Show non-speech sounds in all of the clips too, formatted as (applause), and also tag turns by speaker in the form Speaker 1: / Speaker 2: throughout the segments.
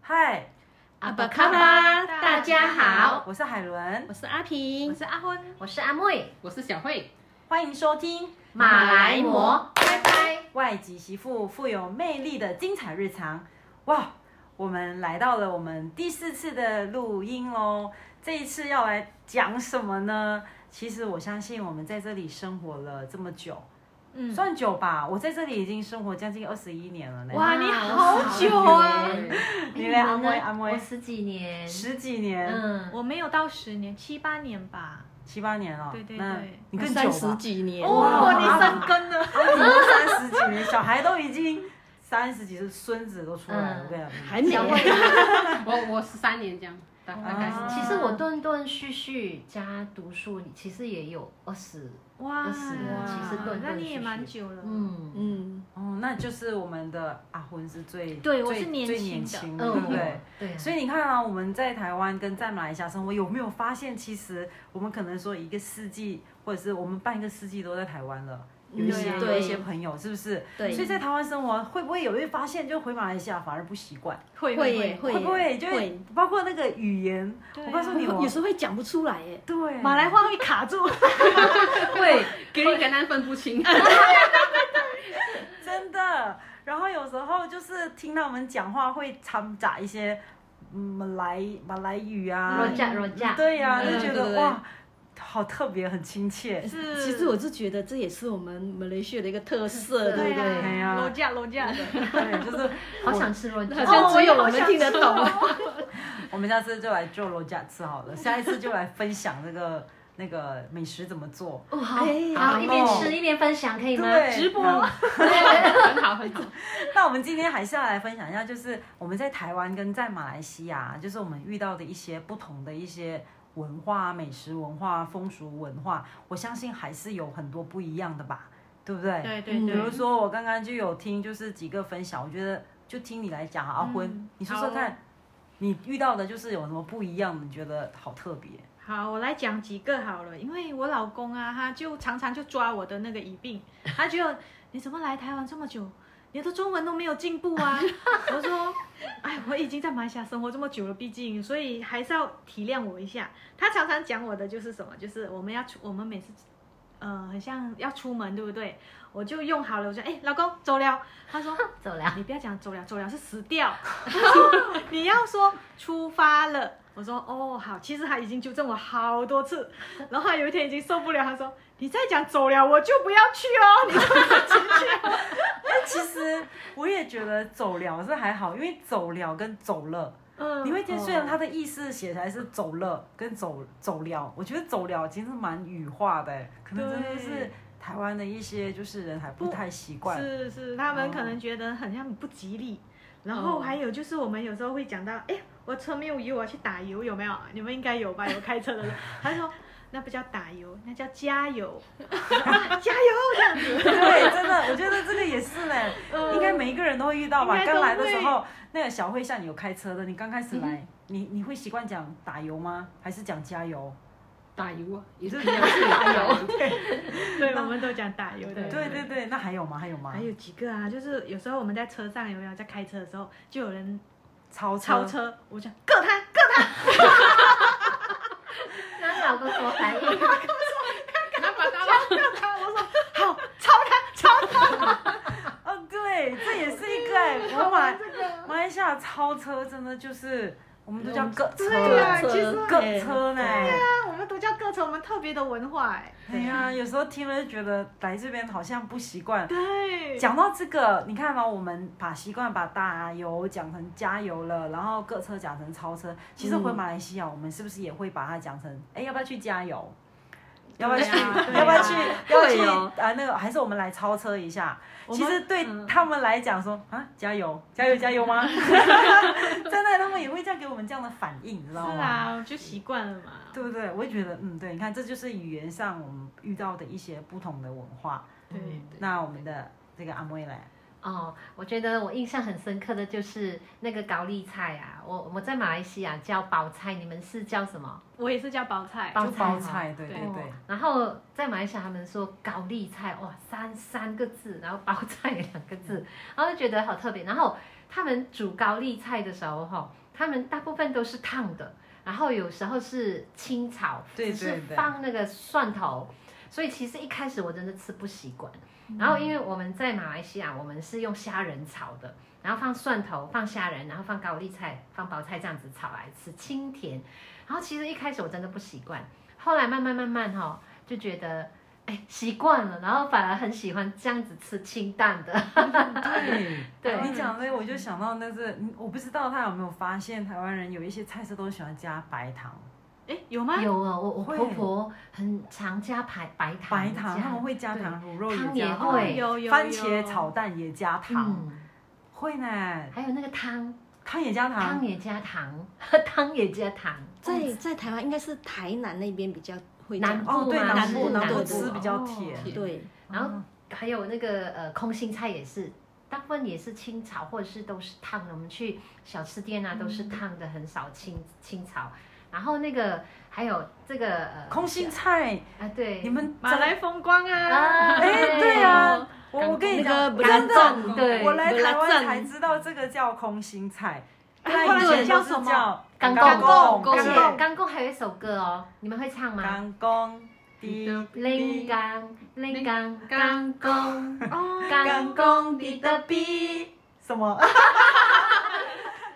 Speaker 1: 嗨，
Speaker 2: 阿巴卡巴，大家好，
Speaker 1: 我是海伦，
Speaker 2: 我是阿平，
Speaker 1: 是阿昏，
Speaker 3: 我是阿妹，
Speaker 4: 我是小慧，
Speaker 1: 欢迎收听《
Speaker 3: 马来模，拜拜。
Speaker 1: 外籍媳妇富有魅力的精彩日常》。哇，我们来到了我们第四次的录音喽。这一次要来讲什么呢？其实我相信我们在这里生活了这么久，
Speaker 2: 嗯，
Speaker 1: 算久吧。我在这里已经生活将近二十一年了呢。
Speaker 2: 哇你好久啊
Speaker 3: 好久耶
Speaker 1: 你嘞
Speaker 3: 哎
Speaker 1: 阿
Speaker 3: 们
Speaker 1: 妹
Speaker 3: 呢
Speaker 1: 阿妹
Speaker 3: 我十几年，
Speaker 1: 十几年，
Speaker 3: 嗯，
Speaker 2: 我没有到十年，七八年吧，
Speaker 1: 七八年了。
Speaker 2: 对对
Speaker 1: 那
Speaker 2: 对
Speaker 1: 你更久
Speaker 5: 三
Speaker 1: 吧？
Speaker 5: 十几年
Speaker 1: 哇
Speaker 2: 哦，你生根了，
Speaker 1: 已经三十几年，小孩都已经三十几岁，孙子都出来了，
Speaker 3: 嗯
Speaker 1: 对啊，
Speaker 5: 还没
Speaker 3: 小慧，
Speaker 4: 我我十三年这样，大大概
Speaker 1: 啊
Speaker 4: 是。
Speaker 3: 其实我断断续续加读书，其实也有二十，
Speaker 2: 哇，
Speaker 3: 二十
Speaker 1: 年其实
Speaker 3: 断断续续
Speaker 2: 那你也蛮久了，
Speaker 3: 嗯，
Speaker 5: 嗯，
Speaker 1: 哦，那就是我们的阿婚是最
Speaker 2: 对我
Speaker 1: 最
Speaker 2: 是年
Speaker 1: 最
Speaker 2: 轻的
Speaker 1: 年轻的，
Speaker 3: 嗯
Speaker 1: 对不对？
Speaker 3: 对啊，
Speaker 1: 所以你看啊，我们在台湾跟在马来西亚生活，有没有发现，其实我们可能说一个世纪，或者是我们半个世纪都在台湾了。有一些、
Speaker 2: 嗯对
Speaker 1: 有一些朋友是不是？
Speaker 5: 对
Speaker 1: 所以在台湾生活会不会有会发现，就回马来西亚反而不习惯？
Speaker 2: 会
Speaker 5: 会耶
Speaker 2: 会
Speaker 5: 会
Speaker 1: 会不会？就
Speaker 5: 会
Speaker 1: 包括那个语言，
Speaker 2: 对啊
Speaker 1: 我告诉你哦
Speaker 5: 有，时候会讲不出来耶。
Speaker 1: 对
Speaker 2: 马来话会卡住，
Speaker 1: 对，
Speaker 4: 给你感难分不清，
Speaker 5: 啊
Speaker 1: 真的。然后有时候就是听到我们讲话会掺杂一些嗯马来马来语啊，
Speaker 3: 罗家罗家，
Speaker 1: 对呀、
Speaker 5: 嗯
Speaker 1: 就觉
Speaker 5: 对对
Speaker 1: 得
Speaker 5: 对
Speaker 1: 哇，好特别，很亲切。
Speaker 2: 是，
Speaker 5: 其实我是觉得这也是我们马来西亚的一个特色，
Speaker 3: 特
Speaker 5: 对
Speaker 3: 色
Speaker 5: 不对？
Speaker 1: 哎呀
Speaker 2: 啊楼价楼价的，
Speaker 1: 对，就是
Speaker 3: 好想吃罗家
Speaker 5: 好，像
Speaker 2: 哦
Speaker 5: 只有我
Speaker 2: 我也
Speaker 5: 们
Speaker 2: 好
Speaker 5: 听得懂。
Speaker 1: 我们下次就来做罗家吃好了，下一次就来分享这个那个美食怎么做。
Speaker 3: 哦，好
Speaker 5: 哎
Speaker 3: 好，一边
Speaker 1: 好
Speaker 3: 吃一边分享，可以吗？
Speaker 1: 对，
Speaker 2: 直播
Speaker 1: 嗯
Speaker 4: 很好很好。
Speaker 1: (laughs) 那我们今天还是要来分享一下，就是我们在台湾跟在马来西亚，就是我们遇到的一些不同的一些文化、啊美食文化、风俗文化，我相信还是有很多不一样的吧，对不对？
Speaker 2: 对对
Speaker 5: 嗯
Speaker 1: 比如
Speaker 2: 对，
Speaker 1: 说我刚刚就有听，就是几个分享，我觉得就听你来讲啊，阿
Speaker 2: 嗯
Speaker 1: 坤，你说说
Speaker 2: 好
Speaker 1: 看，你遇到的就是有什么不一样，你觉得好特别？ (laughs)
Speaker 2: 好，我来讲几个好了，因为我老公啊，他就常常就抓我的那个疑病，他就你怎么来台湾这么久，你的中文都没有进步啊？ (laughs) 我说，哎，我已经在马来西亚生活这么久了，毕竟，所以还是要体谅我一下。他常常讲我的就是什么，就是我们要出，我们每次，呃，很像要出门，对不对？我就用好了，我说，哎，老公走了。他说，
Speaker 3: 走
Speaker 1: 啊
Speaker 3: 了，
Speaker 2: 你不要讲走了，走了是死
Speaker 1: (laughs)
Speaker 2: 掉，你要说出发了。我说哦好，其实他已经纠正我好多次，然后他有一天已经受不了，他说你再讲走了我就不要去哦，
Speaker 1: (laughs)
Speaker 2: 你
Speaker 1: 其实我也觉得走了是还好，因为走了跟走了。
Speaker 2: 嗯
Speaker 1: 你会听，
Speaker 5: 哦
Speaker 1: 虽然它的意思写起来是走了跟走走了，我觉得走了其实蛮语化的，欸可能真的是
Speaker 2: 对
Speaker 1: 台湾的一些就是人还不
Speaker 2: 不
Speaker 1: 太习惯。
Speaker 2: (laughs) 是是，他们
Speaker 1: 哦
Speaker 2: 可能觉得很像不吉利。然后还有就是我们有时候会讲到，哎，我车没有油，我要去打油有没有？你们应该有吧？有开车的人，他说那不叫打油，那叫加油，啊加油这
Speaker 1: (laughs)
Speaker 2: 样子。
Speaker 1: 对，真的，我觉得这个也是嘞，应该每一个人都会遇到吧
Speaker 2: 嗯应。该都
Speaker 1: 刚来的时
Speaker 2: 会嗯
Speaker 1: 候，那个小慧像你有开车的，你刚开始来，你你会习惯讲打油吗？还是讲加油？
Speaker 4: 打油啊，也
Speaker 1: 是 (laughs)
Speaker 4: 是
Speaker 1: 一
Speaker 4: 一
Speaker 1: 样
Speaker 4: 样
Speaker 1: 是打
Speaker 4: 打
Speaker 1: 油
Speaker 4: 油。
Speaker 2: 对，我们都讲打油的。
Speaker 1: 对对对，那还有吗？还有吗
Speaker 2: 还？有几个啊，就是有时候我们在车上有没有在开车的时候，就有人
Speaker 1: 超
Speaker 2: 超车，我就各他各
Speaker 3: 那老公什么反应？
Speaker 4: 那把刀了，
Speaker 2: 他，我说好超他超他，
Speaker 1: 哦，对，这也是
Speaker 2: (laughs)
Speaker 1: 一个哎，我马马来西亚超车真的就是我们都叫各车，
Speaker 2: 对啊，
Speaker 5: 车
Speaker 2: 其实
Speaker 1: 各车呢。
Speaker 2: 啊，我们都叫各车，我们特别的文化哎、
Speaker 1: 哎呀，有时候听了就觉得来这边好像不习惯。
Speaker 2: 对，
Speaker 1: 讲到这个，你看嘛，我们把习惯把打油讲成加油了，然后各车讲成超车。其实回马来西亚，我们是不是也会把它讲成，哎、要不要去加油？要不要去？
Speaker 2: 嗯对啊对啊
Speaker 1: 要不要去？要不要去？
Speaker 5: 对哦
Speaker 1: 啊，那个还是我们来超车一下。
Speaker 2: 我
Speaker 1: 其
Speaker 2: 们
Speaker 1: 实对
Speaker 2: 嗯
Speaker 1: 他们来讲说啊，加油，加油，加油吗？ (laughs) 真的，他们也会这样给我们这样的反应，你知
Speaker 2: 是
Speaker 1: 道吗？
Speaker 2: 啊，就习惯了嘛。
Speaker 1: 对不对？我也觉得，嗯，对，你看，这就是语言上我们遇到的一些不同的文化。
Speaker 2: 对，
Speaker 1: 那我们的这个阿妹来，
Speaker 3: 哦，我觉得我印象很深刻的就是那个高丽菜啊，我我在马来西亚叫包菜，你们是叫什么？
Speaker 2: 我也是叫包菜，
Speaker 3: 包
Speaker 1: 就
Speaker 3: 菜
Speaker 1: 包
Speaker 3: 哦
Speaker 1: 菜，对对
Speaker 2: 对
Speaker 1: 对，
Speaker 3: 然后在马来西亚他们说高丽菜，哇，三三个字，然后包菜也两个字，然后就觉得好特别。然后他们煮高丽菜的时候哈，他们大部分都是烫的，然后有时候是清炒，
Speaker 1: 对
Speaker 3: 只是
Speaker 1: 对对
Speaker 3: 放那个蒜头。所以其实一开始我真的吃不习惯，
Speaker 1: 嗯
Speaker 3: 然后因为我们在马来西亚，我们是用虾仁炒的，然后放蒜头、放虾仁，然后放高丽菜、放薄菜这样子炒来吃，清甜。然后其实一开始我真的不习惯，后来慢慢慢慢哈、就觉得哎习惯了，然后反而很喜欢这样子吃清淡的。
Speaker 1: 对，
Speaker 3: 对
Speaker 1: 你讲这个我就想到那是，嗯我不知道他有没有发现台湾人有一些菜色都喜欢加白糖，
Speaker 2: 哎，有吗？
Speaker 3: 有啊，我我
Speaker 1: 会
Speaker 3: 婆婆很常加白白糖，
Speaker 1: 白糖他们会加糖，乳肉
Speaker 3: 汤
Speaker 1: 加
Speaker 3: 也
Speaker 1: 糖，
Speaker 3: 会
Speaker 2: 哦有有
Speaker 1: 番茄
Speaker 2: 有
Speaker 1: 炒蛋也加糖，
Speaker 3: 嗯，
Speaker 1: 会呢，
Speaker 3: 还有那个汤，
Speaker 1: 汤也加糖
Speaker 3: 汤。也加糖，汤也加糖，
Speaker 5: 在在台湾应该是台南那边比较会这
Speaker 3: 南
Speaker 5: 样，
Speaker 1: 哦，对，
Speaker 3: 部嘛
Speaker 1: 南
Speaker 5: 是
Speaker 1: 南
Speaker 5: 南
Speaker 1: 部
Speaker 5: 部
Speaker 1: 吃比较
Speaker 3: 哦
Speaker 1: 甜，
Speaker 4: 甜
Speaker 5: 对，
Speaker 3: 然
Speaker 2: 嗯
Speaker 3: 后还有那个呃空心菜也是。大部分也是清炒，或者是都是烫的。我们去小吃店啊，都是烫的，很少清清炒。然后那个还有这个呃
Speaker 1: 空心菜，
Speaker 3: 啊，对，
Speaker 1: 你们
Speaker 2: 马来风光啊，
Speaker 3: 啊，
Speaker 1: 哎，对啊，我我跟你
Speaker 5: 那
Speaker 1: 讲，
Speaker 5: 个
Speaker 1: 真的
Speaker 5: 拉
Speaker 3: 粽
Speaker 5: 粽，
Speaker 3: 对
Speaker 1: 我来台湾
Speaker 5: 拉粽
Speaker 1: 才知道这个叫空心菜，
Speaker 2: 哎
Speaker 1: 它以
Speaker 2: 不然
Speaker 1: 前
Speaker 2: 叫
Speaker 1: 都是
Speaker 2: 什么
Speaker 1: 叫
Speaker 3: 干
Speaker 1: 干
Speaker 3: 贡，
Speaker 1: 贡
Speaker 3: 而且
Speaker 1: 干
Speaker 3: 干贡还有一首歌哦，你们会唱吗？
Speaker 1: 干贡滴
Speaker 3: 零杠零杠杠
Speaker 4: 杠
Speaker 3: 杠
Speaker 2: 哦，
Speaker 3: 杠
Speaker 1: 贡滴的比什么？ (laughs)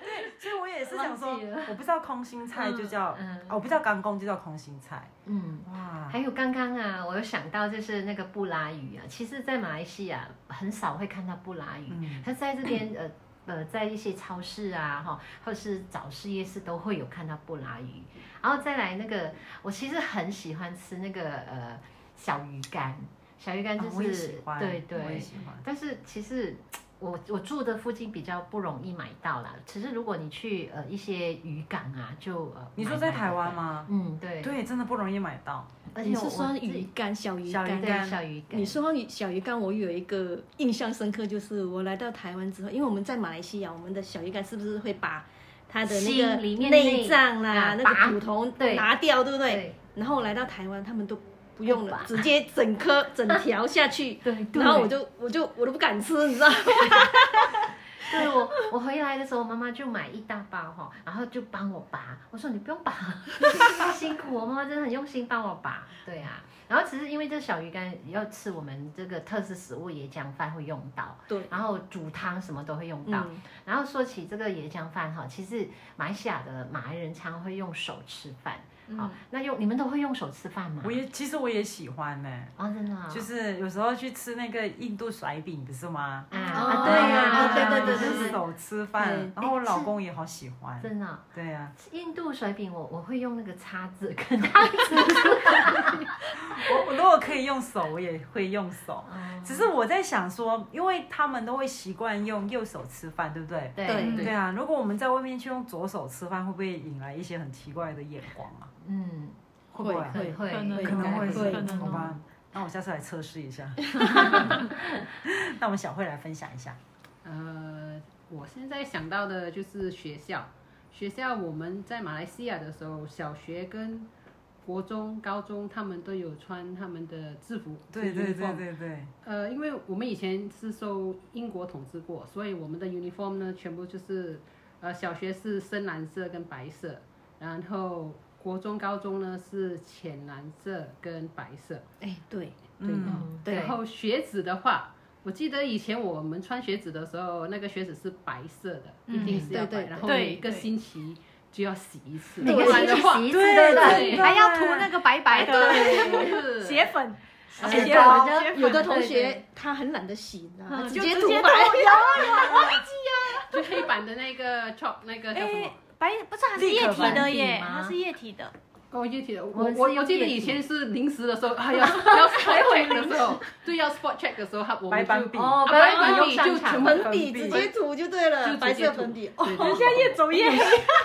Speaker 1: 对，所以我也是想说
Speaker 3: 忘记了，
Speaker 1: 我不知道空心菜就叫，
Speaker 3: 嗯
Speaker 1: 哦，我不知道干贡就叫空心菜，
Speaker 3: 嗯，
Speaker 1: 哇
Speaker 3: 还，有刚刚啊，我有想到就是那个布拉鱼啊，其实，在马来西亚很少会看到布拉鱼，
Speaker 1: 嗯，
Speaker 3: 它在这边呃呃，在一些超市啊哈，或是早市夜市都会有看到布拉鱼，然后再来那个，我其实很喜欢吃那个呃小鱼干，小鱼干就
Speaker 1: 啊我也
Speaker 3: 是、
Speaker 1: 喜欢，
Speaker 3: 对
Speaker 1: 我也
Speaker 3: 对，
Speaker 1: 喜欢。
Speaker 3: 但是其实我我住的附近比较不容易买到啦。其实如果你去呃一些渔港啊，就呃
Speaker 1: 你说在台湾？
Speaker 3: 买买得到
Speaker 1: 吗？
Speaker 3: 嗯，对，
Speaker 1: 对，真的不容易买到。
Speaker 3: 而且
Speaker 5: 你
Speaker 3: 哎我
Speaker 5: 是说
Speaker 3: 我自己
Speaker 5: 鱼干小鱼
Speaker 1: 小鱼
Speaker 5: 干？
Speaker 3: 对小鱼干，
Speaker 5: 你说到小鱼干，我有一个印象深刻，就是我来到台湾之后，因为我们在马来西亚，我们的小鱼干是不是会把它的那个
Speaker 3: 心里面内
Speaker 5: 内脏
Speaker 3: 啊
Speaker 5: 啦、那
Speaker 3: 拔
Speaker 5: 个骨头
Speaker 3: 对
Speaker 5: 拿掉，对不对？
Speaker 3: 对
Speaker 5: 然后我来到台湾，他们都不用
Speaker 3: 不拔
Speaker 5: 了，直接整颗整条下去。
Speaker 3: 对，对
Speaker 5: 然后我就我就我都不敢吃，你知道吗？
Speaker 3: 对我我回来的时候，妈妈就买一大包哈，然后就帮我拔。我说你不用拔，辛苦我妈妈真的很用心帮我拔。对啊，然后其实因为这小鱼干要吃我们这个特色食物椰浆饭会用到，
Speaker 5: 对
Speaker 3: 然后煮汤什么都会用到。
Speaker 5: 嗯，
Speaker 3: 然后说起这个椰浆饭哈，其实马来西亚的马来人常会用手吃饭。
Speaker 5: 嗯
Speaker 2: 嗯
Speaker 3: 好，那用你们都会用手吃饭吗
Speaker 1: 我？也其实我也喜欢呢、
Speaker 3: 哦，真的啊、
Speaker 1: 就是有时候去吃那个印度甩饼，不是吗？
Speaker 3: 啊
Speaker 5: 哦
Speaker 3: 啊，
Speaker 5: 对
Speaker 3: 呀、
Speaker 5: 啊对对对对
Speaker 1: 就是
Speaker 5: 对
Speaker 1: 手吃饭
Speaker 5: 对，
Speaker 1: 然后我老公也好喜欢。
Speaker 3: 真的啊、
Speaker 1: 对呀、
Speaker 3: 印度甩饼我我会用那个叉子跟汤匙。
Speaker 1: 我我如果可以用手，我也会用手。
Speaker 3: 哦
Speaker 1: 只是我在想说，因为他们都会习惯用右手吃饭，对不对？
Speaker 3: 对
Speaker 5: 对
Speaker 1: 对啊，如果我们在外面去用左手吃饭，会不会引来一些很奇怪的眼光啊？
Speaker 3: 嗯，
Speaker 1: 会不会啊？
Speaker 3: 会
Speaker 5: 会
Speaker 3: 会
Speaker 2: 可能
Speaker 1: 可能会
Speaker 5: 会
Speaker 1: 是
Speaker 5: 可
Speaker 2: 能哦
Speaker 1: 好吧？那我下次来测试一下。那我们小慧来分享一下。
Speaker 4: 呃，我现在想到的就是学校，学校我们在马来西亚的时候，小学跟国中、高中他们都有穿他们的制服，
Speaker 1: 对对对
Speaker 4: uniform
Speaker 1: 对对，
Speaker 4: 呃，因为我们以前是受英国统治过，所以我们的 uniform 呢，全部就是，呃，小学是深蓝色跟白色，然后国中、高中呢是浅蓝色跟白色，
Speaker 5: 哎，对，
Speaker 1: 嗯。
Speaker 3: 嗯
Speaker 5: 对
Speaker 4: 然后靴子的话，我记得以前我们穿靴子的时候，那个靴子是白色的，
Speaker 2: 嗯
Speaker 4: 一定是要白，
Speaker 5: 对对
Speaker 4: 然后
Speaker 2: 对
Speaker 4: 每一个
Speaker 2: 对
Speaker 4: 星期就要洗一次，
Speaker 3: 每
Speaker 5: 对
Speaker 4: 不
Speaker 3: 个
Speaker 4: 然
Speaker 3: 星
Speaker 4: 的
Speaker 3: 期
Speaker 4: 话
Speaker 3: 洗一次，
Speaker 1: 对
Speaker 3: 对不
Speaker 1: 对
Speaker 3: 对？
Speaker 1: 对
Speaker 2: 还要涂那个白白的
Speaker 4: 对
Speaker 2: 血粉，
Speaker 1: 而
Speaker 3: 且
Speaker 2: 血
Speaker 3: 对
Speaker 2: 粉
Speaker 3: 我觉得
Speaker 5: 有的同
Speaker 3: 对
Speaker 5: 学
Speaker 3: 对
Speaker 5: 他很懒得洗，你知道吗
Speaker 2: 嗯
Speaker 5: 直
Speaker 2: 就
Speaker 5: 接
Speaker 2: 直
Speaker 5: 涂
Speaker 2: 接
Speaker 5: 白。
Speaker 2: 涂
Speaker 5: (laughs)
Speaker 4: 就黑板的那个 chalk 那个叫什么
Speaker 2: 哎？白不是它是
Speaker 1: 立可
Speaker 2: 液体的
Speaker 3: 白
Speaker 2: 耶
Speaker 3: 笔，吗
Speaker 2: 它是液体的，
Speaker 4: 哦，液体的，我
Speaker 3: 我们是
Speaker 4: 我
Speaker 3: 用
Speaker 4: 我记得
Speaker 3: 液体
Speaker 4: 以前是零食的时候， (laughs) 啊要要 spot check 的时候，对，要 spot check 的时候，他我
Speaker 1: 白
Speaker 4: 们
Speaker 1: 板
Speaker 4: 就
Speaker 1: 笔
Speaker 4: 啊
Speaker 3: 哦
Speaker 4: 白
Speaker 3: 白板
Speaker 4: 板
Speaker 3: 用
Speaker 4: 笔
Speaker 3: 上
Speaker 4: 就
Speaker 3: 场
Speaker 4: 全部
Speaker 5: 粉笔直接涂就对
Speaker 4: 就直
Speaker 5: 了，
Speaker 4: 接
Speaker 5: 白色
Speaker 4: 涂
Speaker 5: 粉笔。
Speaker 4: 对对
Speaker 2: 人
Speaker 4: 对
Speaker 2: 家越走越黑。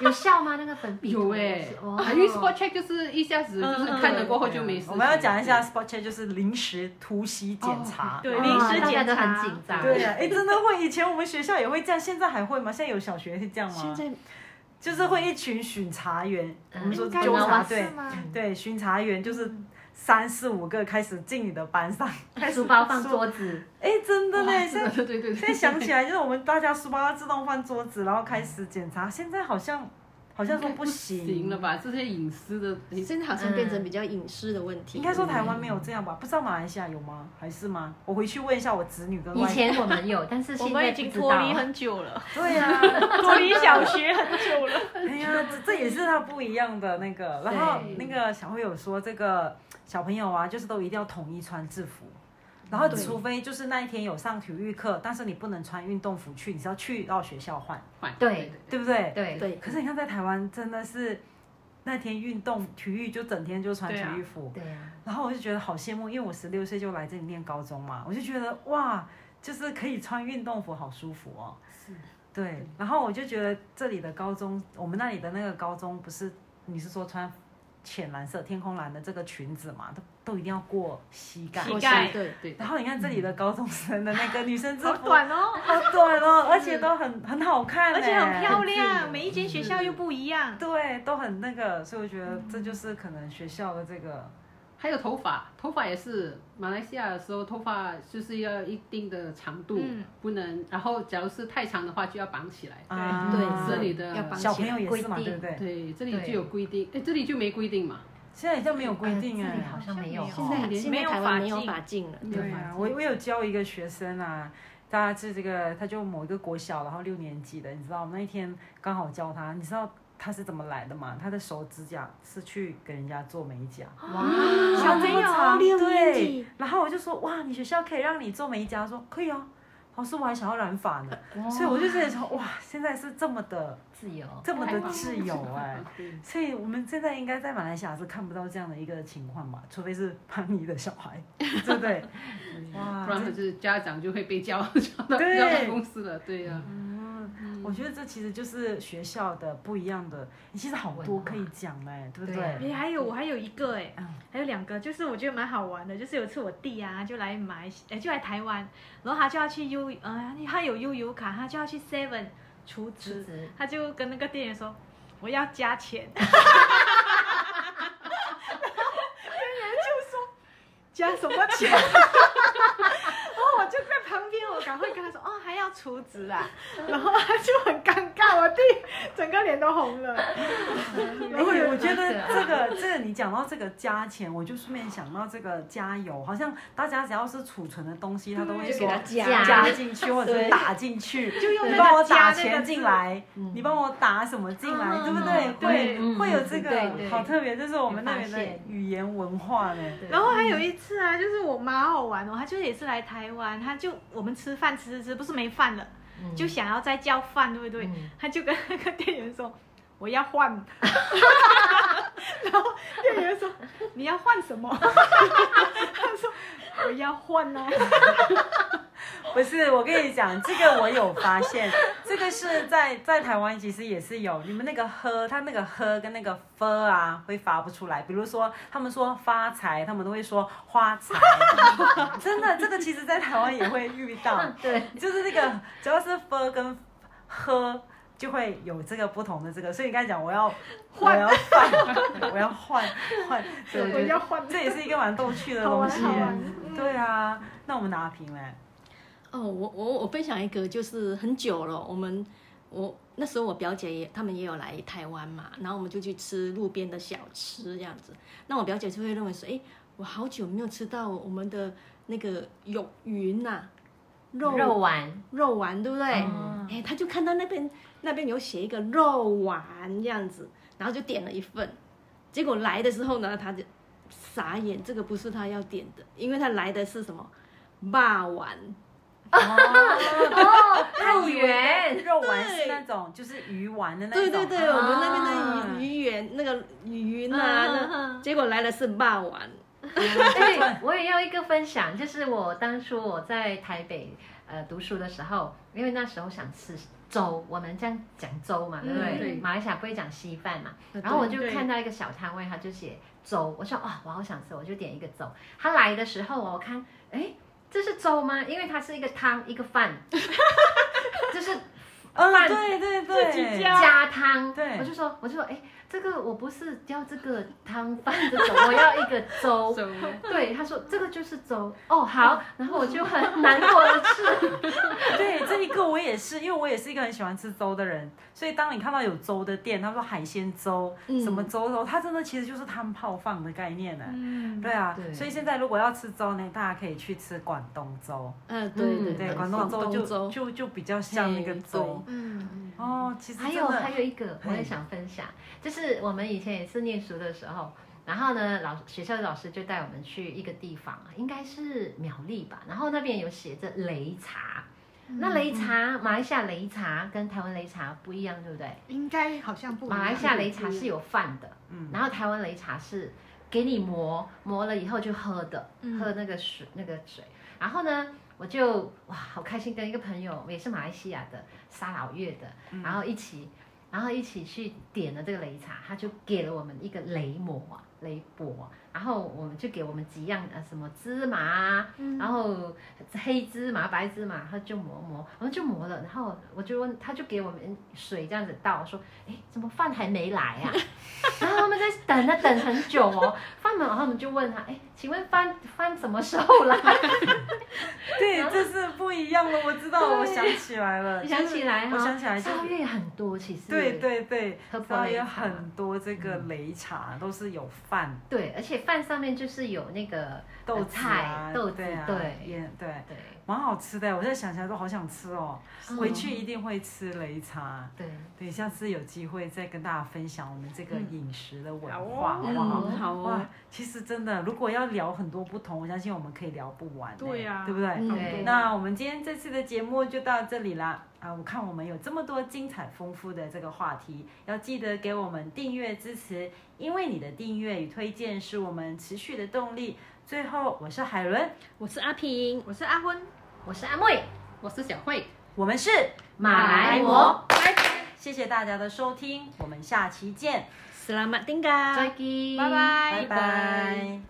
Speaker 3: 有效吗？那个粉笔
Speaker 4: 有哎，
Speaker 1: 哦
Speaker 4: 啊
Speaker 3: 哦
Speaker 4: 因为 spot check 就是一下子就是看了过后就没
Speaker 1: 嗯
Speaker 4: 事。
Speaker 1: 啊我们要讲一下 spot check，就是临时突袭检
Speaker 4: 哦
Speaker 1: 查。啊
Speaker 2: 对
Speaker 3: 临
Speaker 2: 临
Speaker 3: 时
Speaker 2: 时
Speaker 3: 哦大家
Speaker 2: 检
Speaker 3: 都很
Speaker 2: 查
Speaker 3: 紧张。
Speaker 1: 对呀，哎，真的会。以前我们学校也会这样，现在还会吗？现在有小学是这样
Speaker 5: 现
Speaker 1: 吗？
Speaker 5: 在
Speaker 1: 就是会一群巡查员，
Speaker 3: 嗯
Speaker 1: 我们说
Speaker 3: 应该
Speaker 1: 纠
Speaker 3: 吧
Speaker 1: 察
Speaker 4: 哎
Speaker 2: 是
Speaker 1: 队，
Speaker 4: 啊
Speaker 2: 吗？嗯
Speaker 1: 对，巡查员就是三四五个开始进你的班
Speaker 4: (laughs)
Speaker 1: 上，开始
Speaker 3: 书包放
Speaker 1: 说
Speaker 3: 桌子，
Speaker 1: 哎，真的
Speaker 4: 哇
Speaker 1: 嘞，
Speaker 4: 是
Speaker 1: 现在
Speaker 4: 的对对对，
Speaker 1: 现在想起来，就是我们大家书包要自动放桌子，然后开始检查。现在好像好像说
Speaker 4: 不
Speaker 1: 行，
Speaker 4: (laughs) 行了吧？这些隐私的，
Speaker 5: 现在好像变成比较隐私的问
Speaker 1: 嗯
Speaker 5: 题。
Speaker 1: 应该说台湾没有这样吧？不知道马来西亚有吗？还是吗？我回去问一下我子女跟
Speaker 3: 以
Speaker 1: 外。
Speaker 3: 前我们有，但是
Speaker 2: 我
Speaker 3: 现
Speaker 2: 们
Speaker 3: 在
Speaker 2: 已
Speaker 3: 不
Speaker 2: 经
Speaker 3: 知
Speaker 2: 脱离
Speaker 3: 道。啊
Speaker 2: 很久了，
Speaker 1: 对呀、
Speaker 2: (laughs)
Speaker 1: 啊，
Speaker 2: 脱离小学很久了。
Speaker 1: 哎呀，这这也是他不一样的那个。然后那个小慧有说，这个小朋友啊，就是都一定要统一穿制服。然
Speaker 2: 嗯
Speaker 1: 后，
Speaker 5: 对
Speaker 1: 除非就是那一天有上体育课，但是你不能穿运动服去，你是要去到学校换，
Speaker 4: 换
Speaker 3: 对
Speaker 1: 对不对？
Speaker 3: 对，
Speaker 5: 对，
Speaker 1: 可是你看，在台湾真的是那天运动体育就整天就穿体
Speaker 2: 对啊
Speaker 1: 育服，
Speaker 3: 对啊，
Speaker 1: 然后我就觉得好羡慕，因为我十六岁就来这里念高中嘛，我就觉得哇，就是可以穿运动服，好舒服哦。对，然后我就觉得这里的高中，我们那里的那个高中不是，你是说穿浅蓝色、天空蓝的这个裙子嘛，都都一定要过膝盖。
Speaker 2: 膝盖嗯
Speaker 5: 对，
Speaker 4: 对对
Speaker 1: 然后你看这里的高中生的那个女生制服，
Speaker 2: (laughs) 好短哦，嗯
Speaker 1: 好短哦，而且都很很好看、
Speaker 2: 而且很漂
Speaker 4: 很自由
Speaker 2: 亮，每一间学校又不一样。
Speaker 1: 对，都很那个，所以我觉得这就是可能学校的这个，
Speaker 4: 还有头发，头发也是马来西亚的时候，头发就是要一定的长度，
Speaker 2: 嗯
Speaker 4: 不能，然后假如是太长的话就要绑起来。
Speaker 1: 啊
Speaker 5: 对
Speaker 4: 嗯这里的
Speaker 5: 要绑起来
Speaker 1: 小朋友也是嘛，
Speaker 3: 规定
Speaker 1: 对不对？
Speaker 4: 对，这里
Speaker 3: 对
Speaker 4: 就有规定，哎，这里就没规定嘛。
Speaker 1: 现在好像没有规定
Speaker 3: 呃
Speaker 1: 哎
Speaker 3: 这里、好像没有哦，
Speaker 5: 现在连现在台湾没有法禁了。
Speaker 1: 对啊，我我有教一个学生啊，他是这个，他就某一个国小，然后六年级的，你知道那一天刚好教他，你知道他是怎么来的吗？他的手指甲是去给人家做美甲，啊
Speaker 3: 哇，
Speaker 2: 小朋友
Speaker 1: 长
Speaker 5: 六年
Speaker 1: 对
Speaker 5: 级，
Speaker 1: 然后我就说哇，你学校可以让你做美甲，他说可以啊。老师，我还想要染发呢，
Speaker 3: 哦
Speaker 1: 所以我就觉得说，哇，现在是这么的，
Speaker 3: 自由，
Speaker 1: 这么的
Speaker 4: 太棒了
Speaker 1: 自由哎、
Speaker 4: 对
Speaker 1: 所以我们现在应该在马来西亚是看不到这样的一个情况吧，除非是叛逆的小孩，对不对？哇
Speaker 4: 不然就是家长就会被叫 (laughs) 叫到
Speaker 1: 对
Speaker 4: 叫到公司了，对啊呀、
Speaker 1: 嗯我觉得这其实就是学校的不一样的，你其实好多可以讲哎、对不对？
Speaker 3: 对啊
Speaker 2: 诶，还有我还有一个哎、
Speaker 1: 嗯
Speaker 2: 还有两个，就是我觉得蛮好玩的，就是有一次我弟啊就来马来西，哎、就来台湾，然后他就要去悠，呃，他有悠游卡，他就要去 Seven 储值，
Speaker 3: 值
Speaker 2: 他就跟那个店员说我要
Speaker 1: (laughs)
Speaker 2: 加钱，然后店员就说加什么
Speaker 1: (laughs)
Speaker 2: 钱？然后我就在旁边，我赶快跟他说哦还要储值啊，然后他就很尴尬，我弟整个脸都
Speaker 1: (laughs)
Speaker 2: 红了。
Speaker 1: 而且我觉
Speaker 3: 对
Speaker 1: 得
Speaker 3: 啊
Speaker 1: 这个这个你讲到这个加钱，我就顺便想到这个加油，好像大家只要是储存的东西，他都会
Speaker 5: 就
Speaker 1: 说
Speaker 5: 给他
Speaker 3: 加
Speaker 5: 加
Speaker 1: 加进去或者是
Speaker 5: 对
Speaker 1: 打进去，
Speaker 2: 就用那
Speaker 1: 你
Speaker 2: 个
Speaker 1: 帮我
Speaker 2: 加
Speaker 1: 打
Speaker 2: 那个
Speaker 1: 钱
Speaker 2: 字
Speaker 1: 进来，你帮我打什么进来，
Speaker 2: 嗯
Speaker 1: 对不对？
Speaker 2: 对
Speaker 1: 会会有这
Speaker 3: 对
Speaker 1: 个
Speaker 3: 对
Speaker 1: 好特别，这是我们那边的
Speaker 3: 有发现
Speaker 1: 语言文化呢。
Speaker 3: 对
Speaker 2: 然后还有一次啊，就是我妈好玩哦，她就是也是来台湾，她就我们吃饭吃吃吃，不是没饭了，
Speaker 3: 嗯
Speaker 2: 就想要再叫饭，对不对？
Speaker 3: 嗯
Speaker 2: 她就跟那个店员说我要换， (laughs) 然后店员说你要换什么？ (laughs) 她说我要换哦，
Speaker 1: (laughs) 不是，我跟你讲，这个我有发
Speaker 2: (laughs)
Speaker 1: 现，这个是在在台湾其实也是有，你们那个喝，它那个喝跟那个喝啊会发不出来。比如说他们说发财，他们都会说花
Speaker 2: (laughs)
Speaker 1: 财，真的，这个其实在台湾也会遇
Speaker 2: (laughs)
Speaker 1: 到，
Speaker 3: 对，
Speaker 1: 就是那个只要是喝跟喝。就会有这个不同的这个，所以你刚才讲我要换，我要 (laughs)
Speaker 2: (laughs)
Speaker 1: 换，我要换换，对，我觉
Speaker 2: 我
Speaker 1: 得
Speaker 2: 要换，
Speaker 1: 这也是一个蛮逗趣的
Speaker 2: 好
Speaker 1: 东
Speaker 2: 玩
Speaker 1: 西
Speaker 2: 好玩嗯
Speaker 1: 耶。。对啊，那我们拿平嘞。
Speaker 5: 哦，我我我分享一个，就是很久了，我们我那时候我表姐也他们也有来台湾嘛，然后我们就去吃路边的小吃这样子。那我表姐就会认为说，哎，我好久没有吃到我们的那个有云呐、肉
Speaker 3: 肉丸，
Speaker 5: 肉丸，对不对？
Speaker 3: 嗯
Speaker 5: 哎，他就看到那边那边有写一个肉丸这样子，然后就点了一份。结果来的时候呢，他就傻眼，这个不是他要点的，因为他来的是什么霸丸。
Speaker 3: (laughs) 哦
Speaker 1: 他以为
Speaker 3: 圆
Speaker 1: 哦肉丸是那种就是鱼丸的那
Speaker 5: 对
Speaker 1: 种，
Speaker 5: 对对，
Speaker 1: 啊
Speaker 5: 我们那边
Speaker 1: 啊
Speaker 5: 的鱼鱼圆那个鱼云
Speaker 2: 嗯嗯
Speaker 5: 啊，那结果来的是霸王，
Speaker 3: (laughs) 对，哎我也要一个分享，就是我当初我在台北呃读书的时候，因为那时候想吃粥，我们这样讲粥嘛，对不
Speaker 4: 嗯
Speaker 3: 对？
Speaker 4: 对
Speaker 3: 马来西亚不会讲稀饭嘛，
Speaker 5: 呃
Speaker 3: 然后我就
Speaker 2: 对
Speaker 3: 看到一个小摊位，他就写粥，我说哦哇、我好想吃，我就点一个粥。他来的时候哦我看，哎，这是粥吗？因为它是一个汤一个饭，就是
Speaker 1: 嗯，
Speaker 3: 饭
Speaker 1: 对对对，
Speaker 2: 自己加
Speaker 3: 加汤，
Speaker 1: 对
Speaker 3: 我就说我就说哎，这个我不是要这个汤饭这种，我要一个
Speaker 4: (laughs)
Speaker 3: 粥。
Speaker 4: So,
Speaker 3: (laughs) 对，他说这个就是粥。
Speaker 2: (laughs)
Speaker 3: 哦，好，然后我就很难过的吃。
Speaker 1: 对，这一个我也是，因为我也是一个很喜欢吃粥的人，所以当你看到有粥的店，他说海鲜粥、
Speaker 5: 嗯
Speaker 1: 什么粥粥，它真的其实就是汤泡饭的概念呢、
Speaker 2: 嗯，
Speaker 1: 对啊，
Speaker 3: 对
Speaker 1: 所以现在如果要吃粥呢，大家可以去吃广东粥。
Speaker 5: 嗯，对对
Speaker 4: 嗯
Speaker 1: 对，
Speaker 5: 对，
Speaker 1: 广东粥就
Speaker 5: 粥
Speaker 1: 就就比较像那个
Speaker 5: 嘿
Speaker 1: 粥。
Speaker 2: 嗯，
Speaker 1: 哦，其实
Speaker 3: 还
Speaker 1: 真
Speaker 3: 有
Speaker 1: 的
Speaker 3: 还有一个，我也想分享，就是我们以前也是念书的时候，然后呢，老学校的老师就带我们去一个地方，应该是苗栗吧，然后那边有写着擂茶。
Speaker 2: 嗯
Speaker 3: 那擂茶，马来西亚擂茶跟台湾擂茶不一样，对不对？
Speaker 2: 应该好像不一样
Speaker 3: 马来西亚擂茶是有饭的，
Speaker 1: 嗯
Speaker 3: 然后台湾擂茶是给你磨，磨了以后就喝的，
Speaker 2: 嗯
Speaker 3: 喝那个水那个水。然后呢，我就哇好开心，跟一个朋友也是马来西亚的沙老越的，
Speaker 1: 嗯
Speaker 3: 然后一起，然后一起去点了这个擂茶，他就给了我们一个擂馍啊，擂簸，然后我们就给我们几样呃什么芝麻啊，
Speaker 2: 嗯
Speaker 3: 然后呃黑芝麻、白芝麻，他就磨磨，我们就磨了，然后我就问，他就给我们水这样子倒，说，哎，怎么饭还没来呀、 (laughs) 然后他们在等他等很久哦，饭没有，然后我们就问他，哎，请问饭饭什么时候来？
Speaker 1: 对，这是不一样的。我知道，
Speaker 3: 对
Speaker 1: 我想起来了， (laughs)
Speaker 3: 你
Speaker 1: 就是
Speaker 3: (laughs) 想起来哈、
Speaker 1: 我想起来就
Speaker 3: 沙
Speaker 1: 是。
Speaker 3: 月很多其实，
Speaker 1: 对对对，
Speaker 3: 喝
Speaker 1: 然后
Speaker 3: 擂
Speaker 1: 也
Speaker 3: 茶
Speaker 1: 很多这个
Speaker 3: 嗯
Speaker 1: 擂茶都是有饭、
Speaker 3: 对，而且饭上面就是有那个
Speaker 1: 豆子啊
Speaker 3: 呃菜、豆子
Speaker 1: 对，啊，
Speaker 3: 对
Speaker 1: 也对，
Speaker 3: 对
Speaker 1: 蛮好吃的。我现在想起来都好想吃哦，
Speaker 3: 嗯
Speaker 1: 回去一定会吃擂茶。
Speaker 3: 对，
Speaker 1: 对，下次有机会再跟大家分享我们这个
Speaker 3: 嗯
Speaker 1: 饮食的文
Speaker 2: 好哦
Speaker 1: 化，好不好？
Speaker 5: 嗯，好哦
Speaker 1: 哇，，其实真的，如果要聊很多不同，我相信我们可以聊不完、欸
Speaker 2: 对呀
Speaker 1: 对不对？
Speaker 5: 嗯
Speaker 3: 对
Speaker 1: 那我们今天这次的节目就到这里啦。啊，我看我们有这么多精彩丰富的这个话题，要记得给我们订阅支持，因为你的订阅与推荐是我们持续的动力。最后，我是海伦，
Speaker 5: 我是阿平，
Speaker 2: 我是阿昏，
Speaker 3: 我是阿妹，
Speaker 4: 我是小慧，
Speaker 1: 我们是
Speaker 3: 马来
Speaker 1: 魔
Speaker 3: 模，
Speaker 1: 拜拜，谢谢大家的收听，我们下期见，
Speaker 5: 斯拉马丁嘎。
Speaker 3: 再见，
Speaker 2: 拜拜
Speaker 1: 拜拜